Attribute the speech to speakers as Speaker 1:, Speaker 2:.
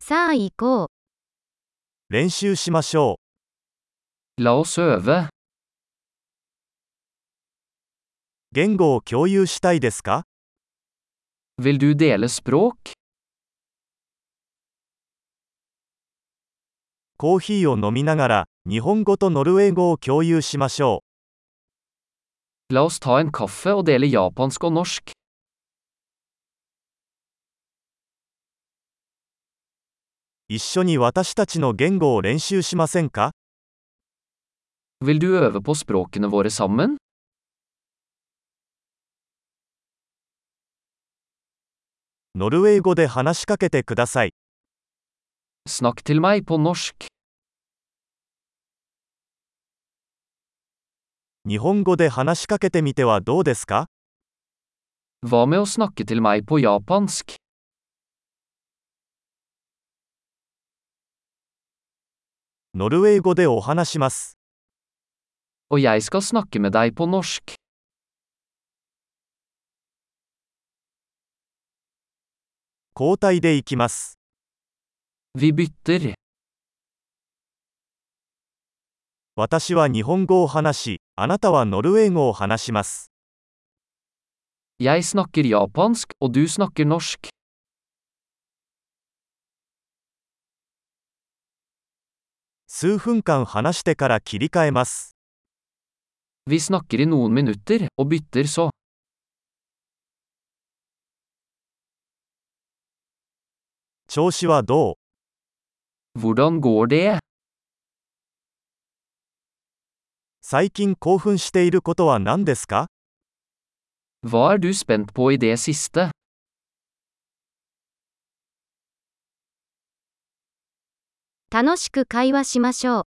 Speaker 1: さあ行こう。
Speaker 2: 練習しましょ
Speaker 3: La oss øve.
Speaker 2: う。言語を共有したいですか
Speaker 3: Vil du dele språk?
Speaker 2: コーヒーを飲みながら、日本語とノルウェー語を共有しましょ
Speaker 3: La oss ta en kaffe og dele japansk og norsk.
Speaker 2: う。一緒に私たちの言語を練習しませんか
Speaker 3: Vil du øve på språkene våre sammen?
Speaker 2: ノルウェー語で話しかけてください。
Speaker 3: Snakk til meg på norsk.
Speaker 2: 日本語で話しかけてみてはどうですか
Speaker 3: Hva med å snakke til meg på japansk?
Speaker 2: ノルウェー語でお話します。
Speaker 3: Og jeg skal snakke med deg på norsk.
Speaker 2: 交代でいきます。
Speaker 3: Vi bytter.
Speaker 2: 私は日本語を話し、あなたはノルウェー語を話します。
Speaker 3: Jeg snakker japansk, og du snakker norsk.
Speaker 2: 数分間話してから切り替えます。
Speaker 3: Vi snakker i noen minutter, og bytter så.
Speaker 2: 調子はどう
Speaker 3: Hvordan går det?
Speaker 2: 最近興奮していることは何ですか
Speaker 3: Hva er du spent på i det siste?
Speaker 1: 楽しく会話しましょう。